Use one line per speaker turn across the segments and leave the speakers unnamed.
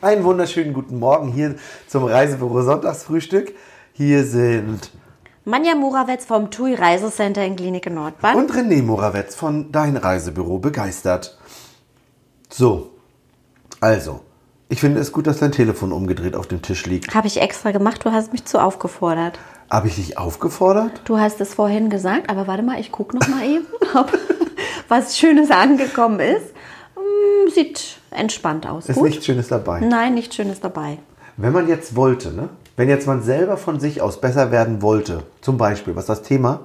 Einen wunderschönen guten Morgen hier zum Reisebüro Sonntagsfrühstück. Hier sind
Manja Murawetz vom TUI Reisecenter in Klinike Nordbahn.
und René Morawetz von Dein Reisebüro begeistert. So, also, ich finde es gut, dass dein Telefon umgedreht auf dem Tisch liegt.
Habe ich extra gemacht, du hast mich zu aufgefordert.
Habe ich dich aufgefordert?
Du hast es vorhin gesagt, aber warte mal, ich gucke noch mal eben, ob was Schönes angekommen ist. Hm, Sieht entspannt aus.
Ist
Gut?
nichts Schönes dabei.
Nein, nichts Schönes dabei.
Hm. Wenn man jetzt wollte, ne? Wenn jetzt man selber von sich aus besser werden wollte, zum Beispiel, was das Thema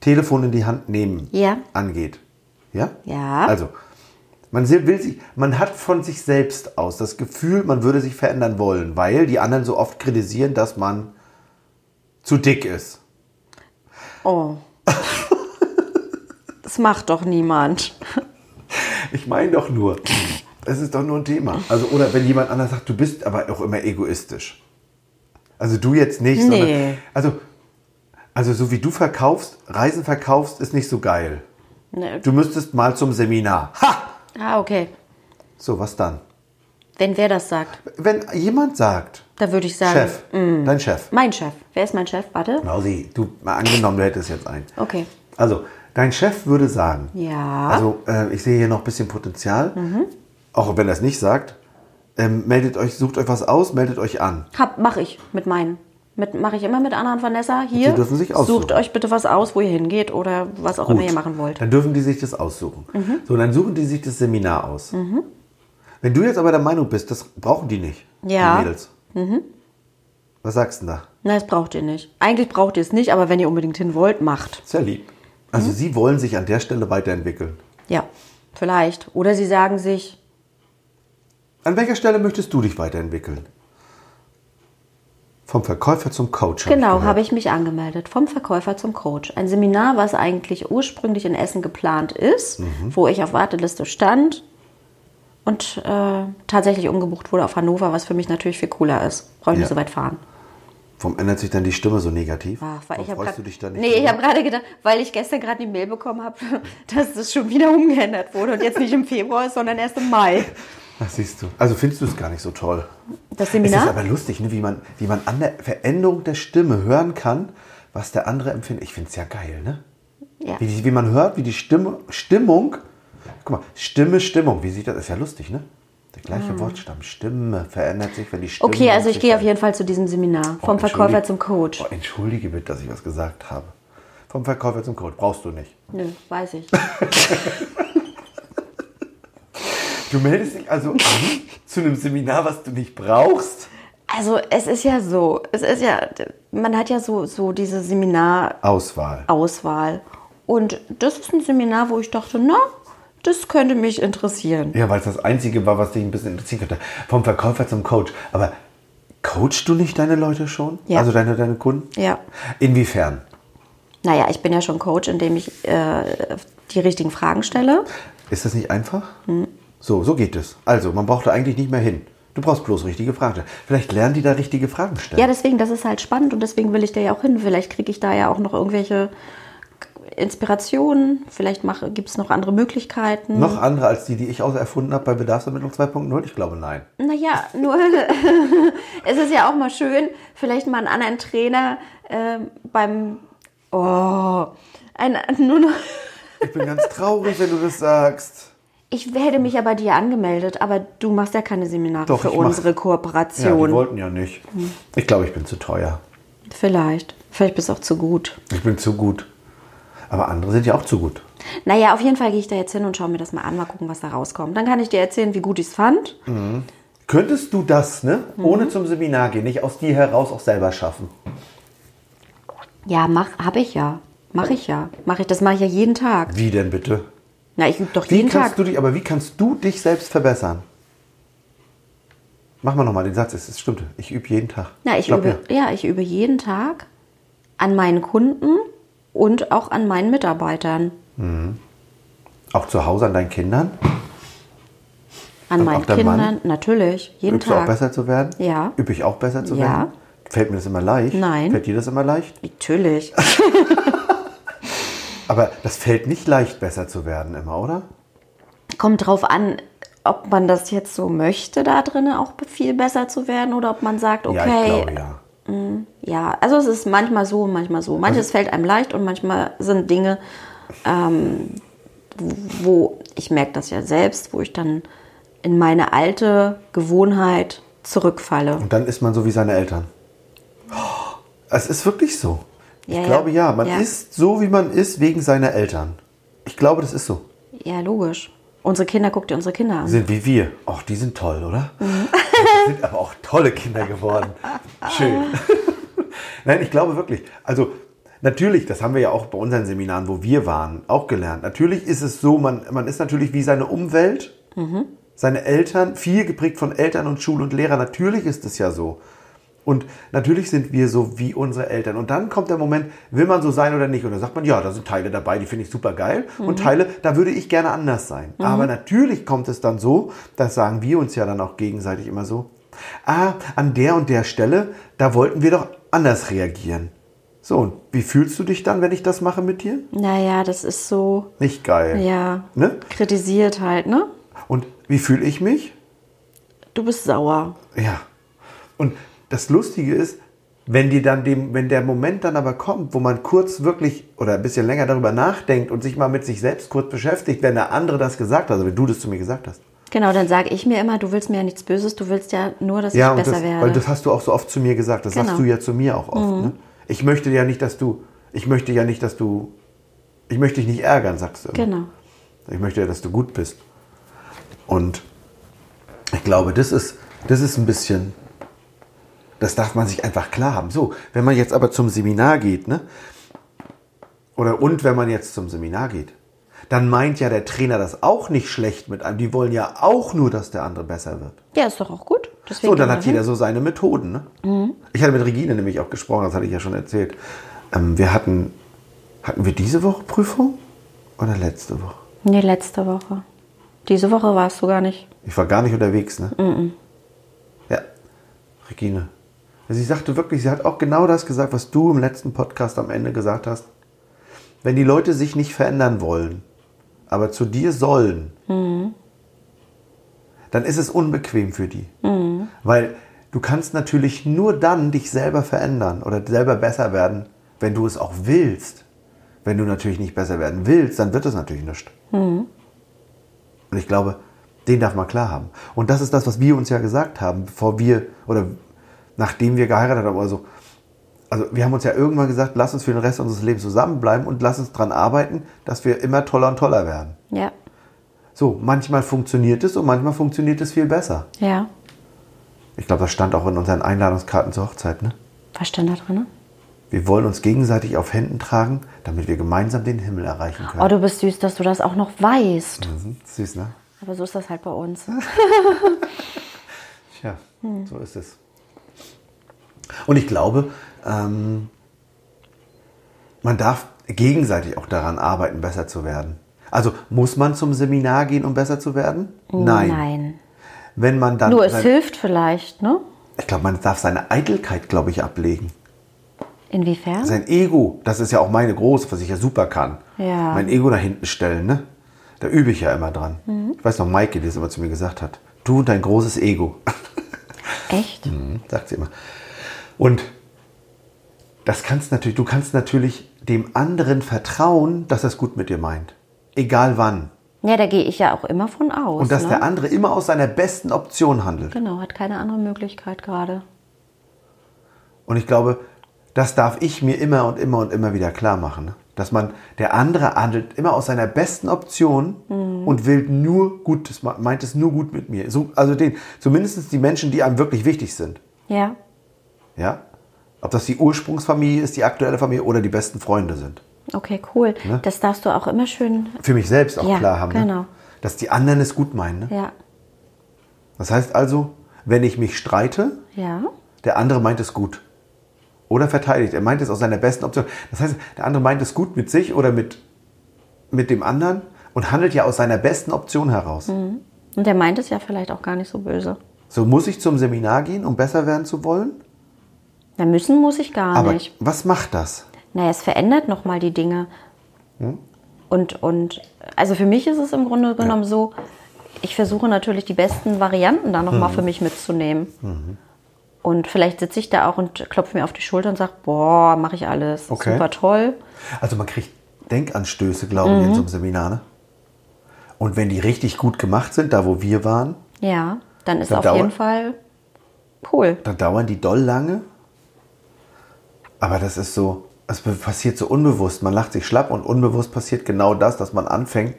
Telefon in die Hand nehmen
Ja.
angeht. Ja?
Ja.
Also, man se- will sich, man hat von sich selbst aus das Gefühl, man würde sich verändern wollen, weil die anderen so oft kritisieren, dass man zu dick ist.
Oh. das macht doch niemand.
Ich meine doch nur, es ist doch nur ein Thema. Also, oder wenn jemand anders sagt, du bist aber auch immer egoistisch. Also du jetzt nicht,
Nee.
sondern. Also, also so wie du verkaufst, Reisen verkaufst, ist nicht so geil.
Ne.
Du müsstest mal zum Seminar. Ha!
Ah, okay.
So, was dann?
Wenn wer das sagt,
Wenn jemand sagt,
da würde ich sagen.
Chef,
mm.
dein Chef.
Mein Chef. Wer ist mein Chef? Warte.
Mausi, du mal angenommen, du hättest jetzt einen.
Okay.
Also, dein Chef würde sagen,
Ja. Mhm.
also äh, ich sehe hier noch ein bisschen Potenzial, auch wenn er es nicht sagt, ähm, meldet euch, sucht euch was aus, meldet euch an.
Hab, mach ich mit meinen. Mit, mache ich immer mit Anna und Vanessa hier.
Sie dürfen sich aussuchen.
Sucht euch bitte was aus, wo ihr hingeht oder was auch immer ihr machen wollt. Mhm.
Dann dürfen die sich das aussuchen. So, dann suchen die sich das Seminar aus. Wenn du jetzt aber der Meinung bist, das brauchen die nicht,
Ja. Mhm.
die Mädels. Was sagst du denn da?
Na, das braucht ihr nicht. Eigentlich braucht ihr es nicht, aber wenn ihr unbedingt hin wollt, macht.
Sehr lieb.
Mhm.
Also sie wollen sich an der Stelle weiterentwickeln.
Ja, vielleicht. Oder sie sagen sich,
An welcher Stelle möchtest du dich weiterentwickeln? Vom Verkäufer zum Coach. hab
genau,
gehört.
habe ich mich angemeldet. Vom Verkäufer zum Coach. Ein Seminar, was eigentlich ursprünglich in Essen geplant ist,
Mhm.
wo ich auf Warteliste stand und äh, tatsächlich umgebucht wurde auf Hannover, was für mich natürlich viel cooler ist. Brauche ich nicht
Ja.
so weit fahren.
Warum ändert sich dann die Stimme so negativ?
Ach, Ah, weil
Warum
ich hab
freust
grad,
du dich dann nicht?
Nee, ich
drüber?
habe gerade gedacht, weil ich gestern gerade die Mail bekommen habe, dass das schon wieder umgeändert wurde und jetzt nicht im Februar ist, sondern erst im Mai.
Ach, siehst du. Also findest du es gar nicht so toll. Es
Das
ist
Seminar?
aber lustig, ne? wie, man, wie man an der Veränderung der Stimme hören kann, was der andere empfindet. Ich finde es ja geil, ne?
ja.
Wie, die, wie man hört, wie die Stimme, Stimmung, guck mal, Stimme, Stimmung, wie sieht das? Ist ja lustig, ne? Der gleiche Wortstamm, Stimme, verändert sich, wenn die Stimme...
Ah. Okay, also
sich
ich
halt-
gehe auf jeden Fall zu diesem Seminar. Vom
Oh,
Verkäufer
entschuldige-
zum Coach.
Oh, entschuldige bitte, dass ich was gesagt habe. Vom Verkäufer zum Coach, brauchst du nicht.
Nö, weiß ich.
Du meldest dich also an zu einem Seminar, was du nicht brauchst?
Also es ist ja so, es ist ja, man hat ja so, so diese Seminarauswahl.
Auswahl.
Und das ist ein Seminar, wo ich dachte, na, das könnte mich interessieren.
Ja, weil es das Einzige war, was dich ein bisschen interessieren könnte. Vom Verkäufer zum Coach. Aber coachst du nicht deine Leute schon?
Ja.
Also deine, deine Kunden?
Ja.
Inwiefern?
Naja, ich bin ja schon Coach, indem ich äh, die richtigen Fragen stelle.
Ist das nicht einfach?
Hm.
So, so geht es. Also, man braucht da eigentlich nicht mehr hin. Du brauchst bloß richtige Fragen. Vielleicht lernen die da richtige Fragen stellen.
Ja, deswegen, das ist halt spannend und deswegen will ich da ja auch hin. Vielleicht kriege ich da ja auch noch irgendwelche Inspirationen, vielleicht gibt es noch andere Möglichkeiten.
Noch andere als die, die ich außer erfunden habe bei Bedarfsermittlung 2.0? Ich glaube, nein.
Naja, nur es ist ja auch mal schön, vielleicht mal einen anderen Trainer ähm, beim Oh, ein, nur noch,
Ich bin ganz traurig, wenn du das sagst.
ich hätte mich ja bei dir angemeldet, aber du machst ja keine Seminare
Doch,
für
ich mach-
unsere
Ja, die
Kooperation.
wollten ja nicht. Ich glaube, ich bin zu teuer.
vielleicht. Vielleicht bist du auch zu gut.
Ich bin zu gut. Aber andere sind ja auch zu gut.
Naja, auf jeden Fall gehe ich da jetzt hin und schaue mir das mal an, mal gucken, was da rauskommt. Dann kann ich dir erzählen, wie gut ich es fand.
Könntest du das, ne?
Mhm.
Ohne zum Seminar gehen, nicht aus dir heraus auch selber schaffen?
Ja, mach, hab ich ja. Mache ich ja. Mache ich, das mache ich ja jeden Tag.
Wie denn bitte?
Na, ich übe doch
Wie
jeden
kannst
Tag.
du dich, aber wie kannst du dich selbst verbessern? Mach mal nochmal den Satz, es, es stimmt. Ich übe jeden Tag.
Na, ich
Glaub
übe, ja, ich übe jeden Tag an meinen Kunden und auch an meinen Mitarbeitern.
Mir. Auch zu Hause an deinen Kindern?
An
Und auch
meinen
dein
Kindern,
Mann?
natürlich. Jeden
Übst du auch
Tag.
besser zu werden?
Ja.
Übe ich auch besser zu
Ja.
werden? Fällt mir das immer leicht?
Nein.
Fällt dir das immer leicht?
Natürlich.
Aber das fällt nicht leicht, besser zu werden immer, oder?
Kommt drauf an, ob man das jetzt so möchte, da drinnen auch viel besser zu werden oder ob man sagt, okay,
Ja, ich glaube ja.
ja, also es ist manchmal so und manchmal so.
Also
Manches fällt einem leicht und manchmal sind Dinge, ähm, wo ich merke das ja selbst, wo ich dann in meine alte Gewohnheit zurückfalle.
Und dann ist man so wie seine Eltern. Es ist wirklich so. Ich
Ja, ja.
glaube ja, man
Ja.
ist so, wie man ist, wegen seiner Eltern. Ich glaube, das ist so.
Ja, logisch. Unsere Kinder, guck dir unsere Kinder an.
Sind wie wir. Ach, die sind toll, oder? Das sind aber auch tolle Kinder geworden. Schön. Nein, ich glaube wirklich. Also natürlich, das haben wir ja auch bei unseren Seminaren, wo wir waren, auch gelernt. Natürlich ist es so, man, man ist natürlich wie seine Umwelt, seine Eltern, viel geprägt von Eltern und Schule und Lehrer. Natürlich ist es ja so. Und natürlich sind wir so wie unsere Eltern. Und dann kommt der Moment, will man so sein oder nicht? Und dann sagt man, ja, da sind Teile dabei, die finde ich super geil. Und Teile, da würde ich gerne anders sein. Aber natürlich kommt es dann so, das sagen wir uns ja dann auch gegenseitig immer so, ah, an der und der Stelle, da wollten wir doch anders reagieren. So, und wie fühlst du dich dann, wenn ich das mache mit dir?
Naja, das ist so,
Nicht geil.
ja,
Ne?
kritisiert halt, ne?
Und wie fühle ich mich?
Du bist sauer.
Ja. Und das Lustige ist, wenn die dann dem, wenn der Moment dann aber kommt, wo man kurz wirklich oder ein bisschen länger darüber nachdenkt und sich mal mit sich selbst kurz beschäftigt, wenn der andere das gesagt hat, also wenn du das zu mir gesagt hast.
Genau, dann sage ich mir immer, du willst mir ja nichts Böses, du willst ja nur, dass ich
und
besser
das,
werde.
weil das hast du auch so oft zu mir gesagt. Das
Genau. Mhm.
sagst du ja zu mir auch oft. Ne? Ich möchte ja nicht, dass du, ich möchte ja nicht, dass du, ich möchte dich nicht ärgern, sagst du. immer.
genau.
Ich möchte ja, dass du gut bist. Und ich glaube, das ist, das ist ein bisschen, das darf man sich einfach klar haben. So, wenn man jetzt aber zum Seminar geht, ne? Oder und wenn man jetzt zum Seminar geht, dann meint ja der Trainer das auch nicht schlecht mit einem. Die wollen ja auch nur, dass der andere besser wird.
Ja, ist doch auch gut. Deswegen
So,
ne?
dann
gehen
hat
wir
jeder
hin.
so seine Methoden. Ne? Ich hatte mit Regine nämlich auch gesprochen, das hatte ich ja schon erzählt. Ähm, wir hatten, hatten wir diese Woche Prüfung oder letzte Woche?
Nee, letzte Woche. Diese Woche warst du gar nicht.
Ich war gar nicht unterwegs, ne? Ja, Regine. Sie sagte wirklich, sie hat auch genau das gesagt, was du im letzten Podcast am Ende gesagt hast. Wenn die Leute sich nicht verändern wollen, aber zu dir sollen, dann ist es unbequem für die. Weil du kannst natürlich nur dann dich selber verändern oder selber besser werden, wenn du es auch willst. Wenn du natürlich nicht besser werden willst, dann wird es natürlich nichts. Und ich glaube, den darf man klar haben. Und das ist das, was wir uns ja gesagt haben, bevor wir oder nachdem wir geheiratet haben oder so. Also wir haben uns ja irgendwann gesagt, lass uns für den Rest unseres Lebens zusammenbleiben und lass uns daran arbeiten, dass wir immer toller und toller werden.
Ja.
So, manchmal funktioniert es und manchmal funktioniert es viel besser.
Ja.
Ich glaube, das stand auch in unseren Einladungskarten zur Hochzeit, ne?
Was stand da drin?
Wir wollen uns gegenseitig auf Händen tragen, damit wir gemeinsam den Himmel erreichen
Oh,
können.
du bist süß, dass du das auch noch weißt.
Mhm, Süß, ne?
Aber so ist das halt bei uns.
Tja,
Hm.
so ist es. Und ich glaube, ähm, man darf gegenseitig auch daran arbeiten, besser zu werden. Also muss man zum Seminar gehen, um besser zu werden? Nein.
Nein.
Wenn man dann
Nur es
sein-
hilft vielleicht, ne?
ich glaube, man darf seine Eitelkeit, glaube ich, ablegen.
Inwiefern?
Sein Ego, das ist ja auch meine große, was ich ja super kann.
Ja.
Mein Ego nach hinten stellen, ne? Da übe ich ja immer dran.
Mhm.
Ich weiß noch, Maike, die das immer zu mir gesagt hat. Du und dein großes Ego.
Echt?
Mhm, sagt sie immer. Und das kannst natürlich, du kannst natürlich dem anderen vertrauen, dass er es gut mit dir meint. Egal wann.
Ja, da gehe ich ja auch immer von aus.
Und dass
ne?
der andere immer aus seiner besten Option handelt.
genau, hat keine andere Möglichkeit gerade.
Und ich glaube, das darf ich mir immer und immer und immer wieder klar machen. ne? Dass man, der andere handelt immer aus seiner besten Option und will nur Gutes, meint es nur gut mit mir. So, also den, zumindest die Menschen, die einem wirklich wichtig sind.
Ja.
Ja? Ob das die Ursprungsfamilie ist, die aktuelle Familie oder die besten Freunde sind.
Okay, cool.
Ne?
Das darfst du auch immer schön.
Für mich selbst auch
Ja,
klar haben.
genau.
Ne? Dass die anderen es gut meinen. Ne?
Ja.
Das heißt also, wenn ich mich streite,
Ja.
der andere meint es gut. Oder verteidigt. Er meint es aus seiner besten Option. Das heißt, der andere meint es gut mit sich oder mit, mit dem anderen und handelt ja aus seiner besten Option heraus.
Mhm. Und der meint es ja vielleicht auch gar nicht so böse.
So muss ich zum Seminar gehen, um besser werden zu wollen.
Na, müssen muss ich gar
Aber
nicht.
was macht das?
Naja, es verändert nochmal die
Hm?
Dinge. Und, und also für mich ist es im Grunde genommen so, ich versuche natürlich die besten Varianten da nochmal mal
Hm.
für mich mitzunehmen.
Mhm.
Und vielleicht sitze ich da auch und klopfe mir auf die Schulter und sage, boah, mache ich alles.
Okay.
Super toll.
Also man kriegt Denkanstöße, glaube ich, in
Mhm.
so einem Seminar. Ne? Und wenn die richtig gut gemacht sind, da wo wir waren,
Ja, dann ist
Dann
auf
dauert-
jeden Fall cool.
dann dauern die doll lange. Aber das ist so, es be- passiert so unbewusst. Man lacht sich schlapp und unbewusst passiert genau das, dass man anfängt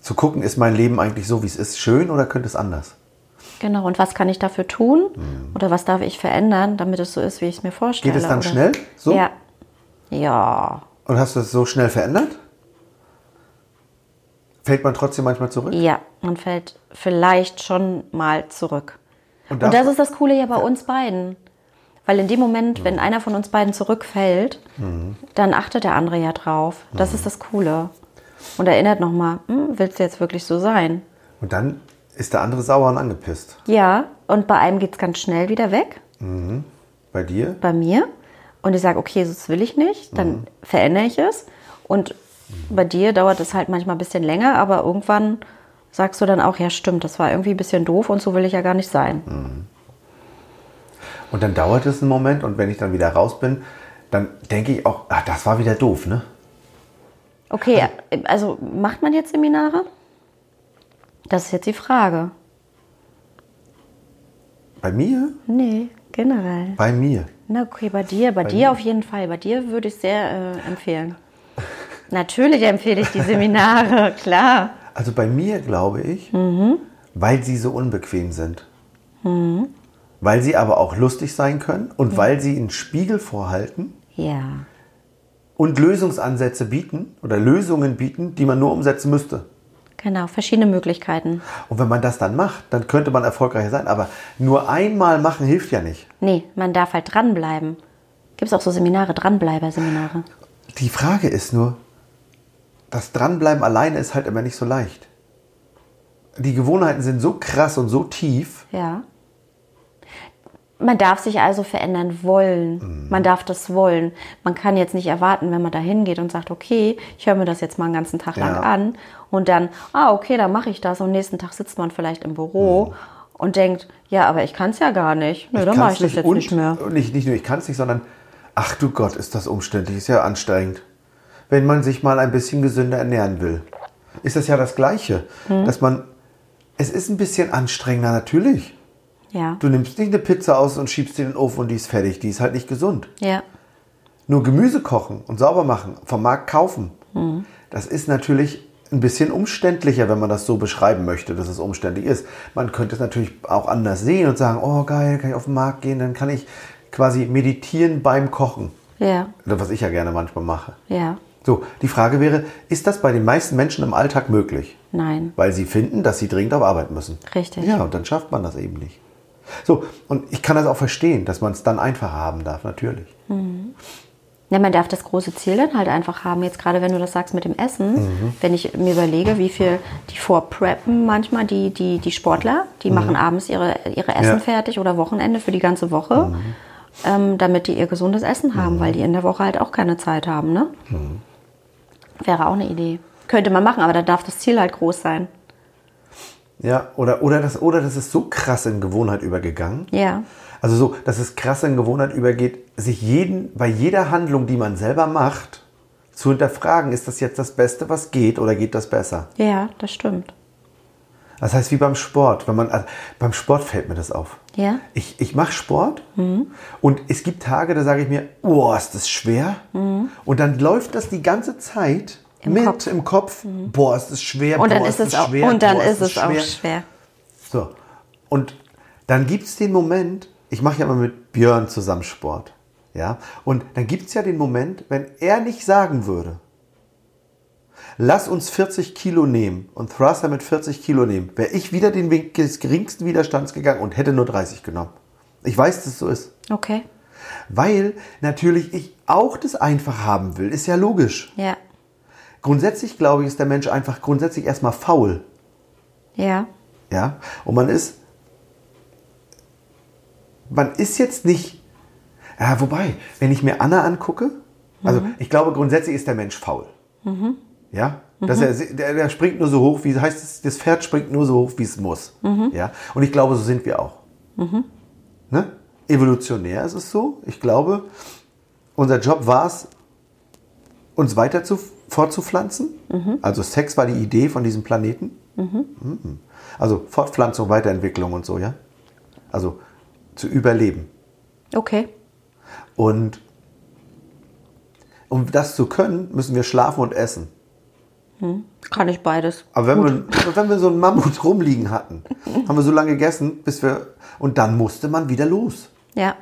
zu gucken, ist mein Leben eigentlich so, wie es ist, schön oder könnte es anders?
Genau. Und was kann ich dafür tun? Oder was darf ich verändern, damit es so ist, wie ich es mir vorstelle?
Mhm. Geht es dann
oder?
schnell? So?
Ja. Ja.
Und hast du es so schnell verändert? Fällt man trotzdem manchmal zurück?
Ja. Man fällt vielleicht schon mal zurück.
Und darf-
Und, das ist das Coole ja bei uns beiden. Weil in dem Moment, wenn einer von uns beiden zurückfällt, dann achtet der andere ja drauf. Das ist das Coole. Und erinnert nochmal, hm, willst du jetzt wirklich so sein?
Und dann ist der andere sauer und angepisst.
Ja, und bei einem geht es ganz schnell wieder weg,
Bei dir?
bei mir. Und ich sage, okay, das will ich nicht, dann verändere ich es. Und bei dir dauert es halt manchmal ein bisschen länger, aber irgendwann sagst du dann auch, ja stimmt, das war irgendwie ein bisschen doof und so will ich ja gar nicht sein.
Und dann dauert es einen Moment und wenn ich dann wieder raus bin, dann denke ich auch, ach, das war wieder doof, ne?
Okay, also macht man jetzt Seminare? Das ist jetzt die Frage.
Bei mir?
Nee, generell.
Bei mir.
Na okay, bei dir, bei, dir auf jeden Fall. Bei dir würde ich sehr äh, empfehlen. Natürlich empfehle ich die Seminare, klar.
Also bei mir glaube ich, weil sie so unbequem sind. Weil sie aber auch lustig sein können und weil sie einen Spiegel vorhalten
Ja.
und Lösungsansätze bieten oder Lösungen bieten, die man nur umsetzen müsste.
Genau, verschiedene Möglichkeiten.
Und wenn man das dann macht, dann könnte man erfolgreicher sein. Aber nur einmal machen hilft ja nicht.
Nee, man darf halt dranbleiben. Gibt es auch so Seminare, Dranbleiber-Seminare?
Die Frage ist nur, das Dranbleiben alleine ist halt immer nicht so leicht. Die Gewohnheiten sind so krass und so tief.
Ja. Man darf sich also verändern wollen.
Mhm.
Man darf das wollen. Man kann jetzt nicht erwarten, wenn man da hingeht und sagt, okay, ich höre mir das jetzt mal einen ganzen Tag lang
Ja.
an und dann, ah, okay, dann mache ich das. Und am nächsten Tag sitzt man vielleicht im Büro und denkt, ja, aber ich kann es ja gar nicht. Nö, dann mache
Mhm. kann's
ich das jetzt
und,
nicht mehr.
und Nicht, nicht nur ich kann es nicht, sondern ach du Gott, ist das umständlich, ist ja anstrengend. Wenn man sich mal ein bisschen gesünder ernähren will, ist das ja das Gleiche.
Hm.
Dass man, es ist ein bisschen anstrengender, natürlich.
Ja.
Du nimmst nicht eine Pizza aus und schiebst die in den Ofen und die ist fertig. Die ist halt nicht gesund.
Ja.
Nur Gemüse kochen und sauber machen, vom Markt kaufen, das ist natürlich ein bisschen umständlicher, wenn man das so beschreiben möchte, dass es umständlich ist. Man könnte es natürlich auch anders sehen und sagen, oh geil, kann ich auf den Markt gehen, dann kann ich quasi meditieren beim Kochen,
Ja.
Oder was ich ja gerne manchmal mache.
Ja.
So, die Frage wäre, ist das bei den meisten Menschen im Alltag möglich?
Nein.
Weil sie finden, dass sie dringend auf Arbeit müssen.
Richtig.
Ja, und dann schafft man das eben nicht. So, und ich kann das auch verstehen, dass man es dann einfacher haben darf, natürlich.
Ja, man darf das große Ziel dann halt einfach haben. Jetzt gerade, wenn du das sagst mit dem Essen,
Mhm.
wenn ich mir überlege, wie viel die vorpreppen manchmal, die, die, die Sportler, die machen abends ihre, ihre
Mhm.
Essen
Ja. Mhm.
fertig oder Wochenende für die ganze Woche, ähm, damit die ihr gesundes Essen haben, weil die in der Woche halt auch keine Zeit haben. Ne?
Mhm.
Wäre auch eine Idee. Könnte man machen, aber da darf das Ziel halt groß sein.
Ja, oder, oder, das, oder das ist so krass in Gewohnheit übergegangen.
Ja,
Also so, dass es krass in Gewohnheit übergeht, sich jeden, bei jeder Handlung, die man selber macht, zu hinterfragen, ist das jetzt das Beste, was geht, oder geht das besser?
ja, das stimmt.
Das heißt, wie beim Sport. Wenn man, also beim Sport fällt mir das auf.
Ja.
Ich, ich mache Sport
Mhm.
und es gibt Tage, da sage ich mir, oh, ist das schwer. Und dann läuft das die ganze Zeit
Mhm.
mit
Im Kopf. Mhm.
im Kopf. Boah, ist das schwer.
Und
boah,
dann ist es auch,
schwer,
und dann
boah,
ist es
das
auch
schwer.
schwer.
So. Und dann gibt es den Moment, ich mache ja immer mit Björn zusammen Sport. Ja. Und dann gibt es ja den Moment, wenn er nicht sagen würde, lass uns 40 Kilo nehmen und Thruster mit 40 Kilo nehmen, wäre ich wieder den Weg des geringsten Widerstands gegangen und hätte nur 30 genommen. Ich weiß, dass es so ist.
Okay,
Weil natürlich ich auch das einfach haben will, ist ja logisch.
ja,
Grundsätzlich glaube ich, ist der Mensch einfach grundsätzlich erstmal faul.
ja,
Ja, und man ist, man ist jetzt nicht, ja, wobei, wenn ich mir Anna angucke, also ich glaube, grundsätzlich ist der Mensch faul. Ja? Dass er, der, der springt nur so hoch, wie heißt es, das Pferd springt nur so hoch, wie es muss. Ja? Und ich glaube, so sind wir auch. Ne? Evolutionär ist es so. Ich glaube, unser Job war es, uns weiter zu, fortzupflanzen. Also Sex war die Idee von diesem Planeten. Mhm. Also Fortpflanzung, Weiterentwicklung und so, ja. Also zu überleben.
Okay.
Und um das zu können, müssen wir schlafen und essen.
Kann ich beides.
Aber wenn wir, wenn wir so einen Mammut rumliegen hatten, haben wir so lange gegessen, bis wir. Und dann musste man wieder los.
Ja.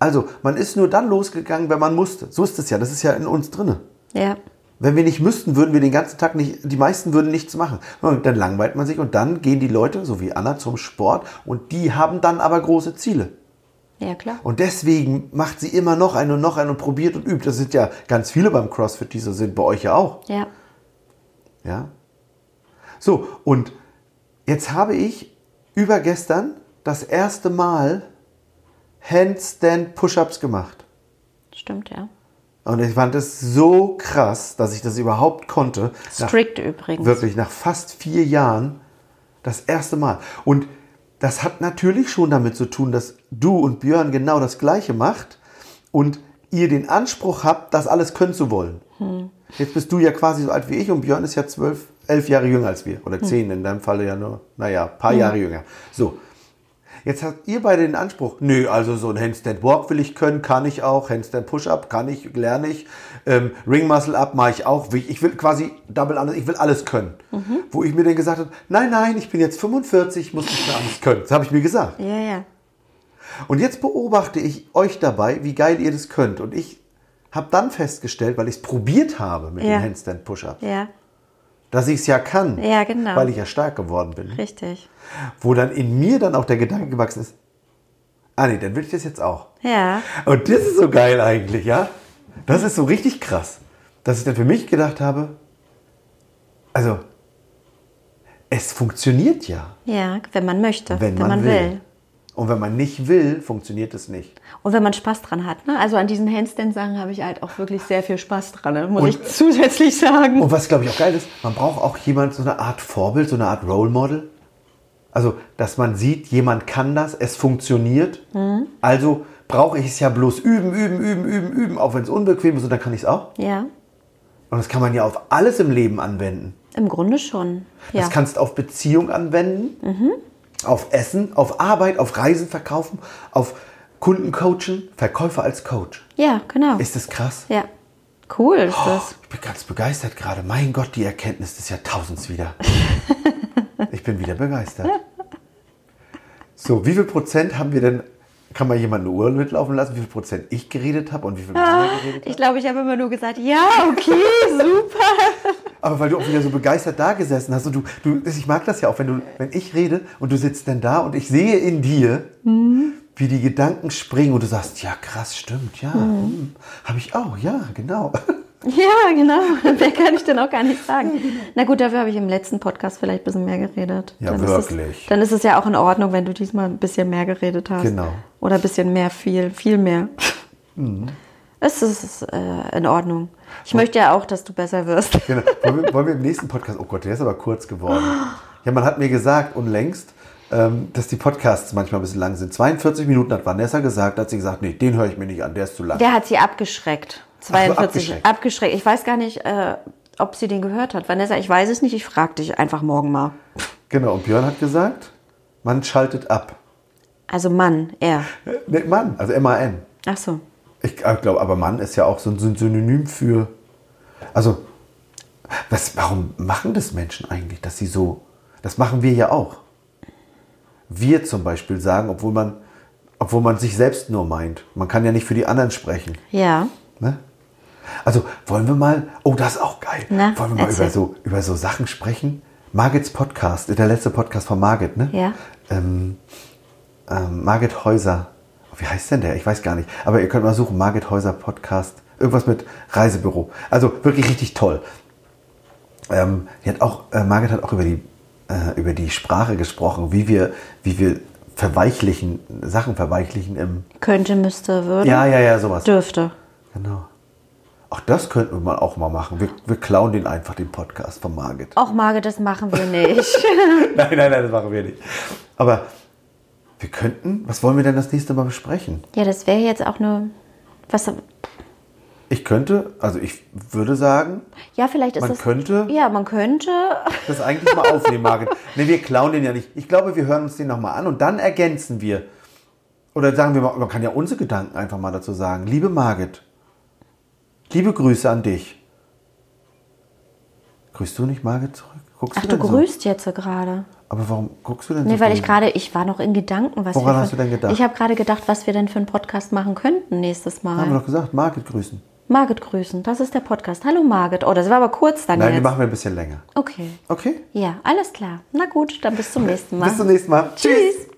Also, man ist nur dann losgegangen, wenn man musste. So ist es ja. Das ist ja in uns drinne.
Ja.
Wenn wir nicht müssten, würden wir den ganzen Tag nicht, die meisten würden nichts machen. Und dann langweilt man sich und dann gehen die Leute, so wie Anna, zum Sport und die haben dann aber große Ziele.
Ja, klar.
Und deswegen macht sie immer noch einen und noch einen und probiert und übt. Das sind ja ganz viele beim CrossFit, die so sind, bei euch ja auch.
Ja.
Ja. So, und jetzt habe ich übergestern das erste Mal Handstand Push-Ups gemacht.
Stimmt, ja.
Und ich fand es so krass, dass ich das überhaupt konnte. Nach,
Strict übrigens.
wirklich, nach fast vier Jahren das erste Mal. Und das hat natürlich schon damit zu tun, dass du und Björn genau das Gleiche macht und ihr den Anspruch habt, das alles können zu wollen. Jetzt bist du ja quasi so alt wie ich und Björn ist ja zwölf, elf Jahre jünger als wir. Oder zehn, in deinem Falle ja nur, naja, ein paar Jahre jünger. So. Jetzt habt ihr beide den Anspruch, nö, also so ein Handstand Walk will ich können, kann ich auch, Handstand Push-Up kann ich, lerne ich, ähm, Ring Muscle Up mache ich auch, ich ich will quasi Double alles, ich will alles können. Wo ich mir dann gesagt habe, nein, nein, ich bin jetzt 45, ich muss nicht mehr alles können. Das habe ich mir gesagt.
Ja, ja.
Und jetzt beobachte ich euch dabei, wie geil ihr das könnt. Und ich habe dann festgestellt, weil ich es probiert habe mit
Ja.
den Handstand Push-Ups,
Ja,
dass ich es ja kann,
Ja, genau.
weil ich ja stark geworden bin.
richtig.
Wo dann in mir dann auch der Gedanke gewachsen ist, ah nee, dann will ich das jetzt auch.
Ja.
Und das ist so geil eigentlich, ja? Das ist so richtig krass, dass ich dann für mich gedacht habe, also, es funktioniert ja,
Ja, wenn man möchte,
wenn, man, will. Und wenn man nicht will, funktioniert es nicht.
Und wenn man Spaß dran hat. Ne? Also an diesen Handstand-Sachen habe ich halt auch wirklich sehr viel Spaß dran, ne? muss ich zusätzlich sagen.
Und was, glaube ich, auch geil ist, man braucht auch jemand, so eine Art Vorbild, so eine Art Role Model. Also, dass man sieht, jemand kann das, es funktioniert. Also brauche ich es ja bloß üben, üben, üben, üben, üben, auch wenn es unbequem ist und dann kann ich es auch.
Ja,
Und das kann man ja auf alles im Leben anwenden.
im Grunde schon. Ja. Mhm.
Das kannst du auf Beziehung anwenden, auf Essen, auf Arbeit, auf Reisen verkaufen, auf Kunden coachen, Verkäufer als Coach.
ja, genau.
Ist das krass?
ja. Cool ist
Oh.
das.
Ich bin ganz begeistert gerade. Mein Gott, die Erkenntnis des Jahrtausends wieder. Ich bin wieder begeistert. So, wie viel Prozent haben wir denn, kann man jemanden eine Uhr mitlaufen lassen, wie viel Prozent ich geredet habe und wie viel Prozent ihr geredet
Ich glaube, ich habe immer nur gesagt, ja, okay, super.
Aber weil du auch wieder so begeistert da gesessen hast und du, du ich mag das ja auch, wenn du, wenn ich rede und du sitzt dann da und ich sehe in dir, wie die Gedanken springen und du sagst, ja krass, stimmt, ja, hm, habe ich auch, ja, genau.
Ja, genau. Mehr kann ich denn auch gar nicht sagen. Na gut, dafür habe ich im letzten Podcast vielleicht ein bisschen mehr geredet.
Ja,
Ist
wirklich.
es, dann ist es ja auch in Ordnung, wenn du diesmal ein bisschen mehr geredet hast.
Genau. Mhm.
Oder ein bisschen mehr, viel, viel mehr. Es ist äh, in Ordnung. Ich möchte ja auch, dass du besser wirst.
genau. Wollen, wir, wollen wir im nächsten Podcast, oh Gott, der ist aber kurz geworden. Ja, man hat mir gesagt unlängst, ähm, dass die Podcasts manchmal ein bisschen lang sind. 42 Minuten hat Vanessa gesagt, hat sie gesagt, nee, den höre ich mir nicht an, der ist zu lang.
Der hat sie abgeschreckt.
so,
42.
abgeschreckt.
abgeschreckt. Ich weiß gar nicht, äh, ob sie den gehört hat. Vanessa, ich weiß es nicht. Ich frage dich einfach morgen mal.
Genau, und Björn hat gesagt, man schaltet ab.
Also Mann, er.
Äh, Nee, Mann, also M-A-N.
Ach so.
Ich glaube, aber Mann ist ja auch so ein Syn- Synonym für. Also, was, warum machen das Menschen eigentlich, dass sie so. Das machen wir ja auch. Wir zum Beispiel sagen, obwohl man, obwohl man sich selbst nur meint. Man kann ja nicht für die anderen sprechen.
Ja.
Ne? Also wollen wir mal, oh, das ist auch geil.
Na,
wollen wir mal
erzähl.
über so, über so Sachen sprechen? Margits Podcast, der letzte Podcast von Margit, ne?
Ja.
Ähm, ähm, Margit Häuser. Wie heißt denn der? Ich weiß gar nicht. Aber ihr könnt mal suchen, Margit Häuser Podcast. Irgendwas mit Reisebüro. Also wirklich richtig toll. Ähm, die hat auch, äh, Margit hat auch über die, äh, über die Sprache gesprochen, wie wir, wie wir verweichlichen, Sachen verweichlichen im.
Könnte, müsste, würde.
Ja, ja, ja, sowas.
Dürfte.
Genau. Auch das könnten wir mal auch mal machen. Wir, wir klauen den einfach, den Podcast von Margit.
Auch Marge, das machen wir nicht.
Nein, nein, nein, das machen wir nicht. Aber wir könnten, was wollen wir denn das nächste Mal besprechen?
ja, das wäre jetzt auch eine. Was,
Ich könnte, also ich würde sagen,
ja, vielleicht ist
Man
das.
könnte-
Ja, man könnte.
das eigentlich mal aufnehmen, Margit. Nee, wir klauen den ja nicht. Ich glaube, wir hören uns den nochmal an und dann ergänzen wir. Oder sagen wir mal, man kann ja unsere Gedanken einfach mal dazu sagen. Liebe Margit, liebe Grüße an dich. Grüßt du nicht Margit zurück? Guckst
Ach, du
denn so?
grüßt jetzt so gerade.
Aber warum guckst du denn so?
Nee, weil ich
böse?
gerade, ich war noch in Gedanken, was
Woran
wir
hast du denn gedacht?
Ich habe gerade gedacht, was wir denn für einen Podcast machen könnten nächstes
Haben wir
Mal.
doch gesagt, Margit grüßen.
Margit grüßen, das ist der Podcast. Hallo Margit. Oh, das war aber kurz dann
Nein, die
jetzt.
machen wir ein bisschen länger.
okay.
Okay?
Ja, alles klar. Na gut, dann bis zum nächsten Mal.
Bis zum nächsten Mal.
Tschüss.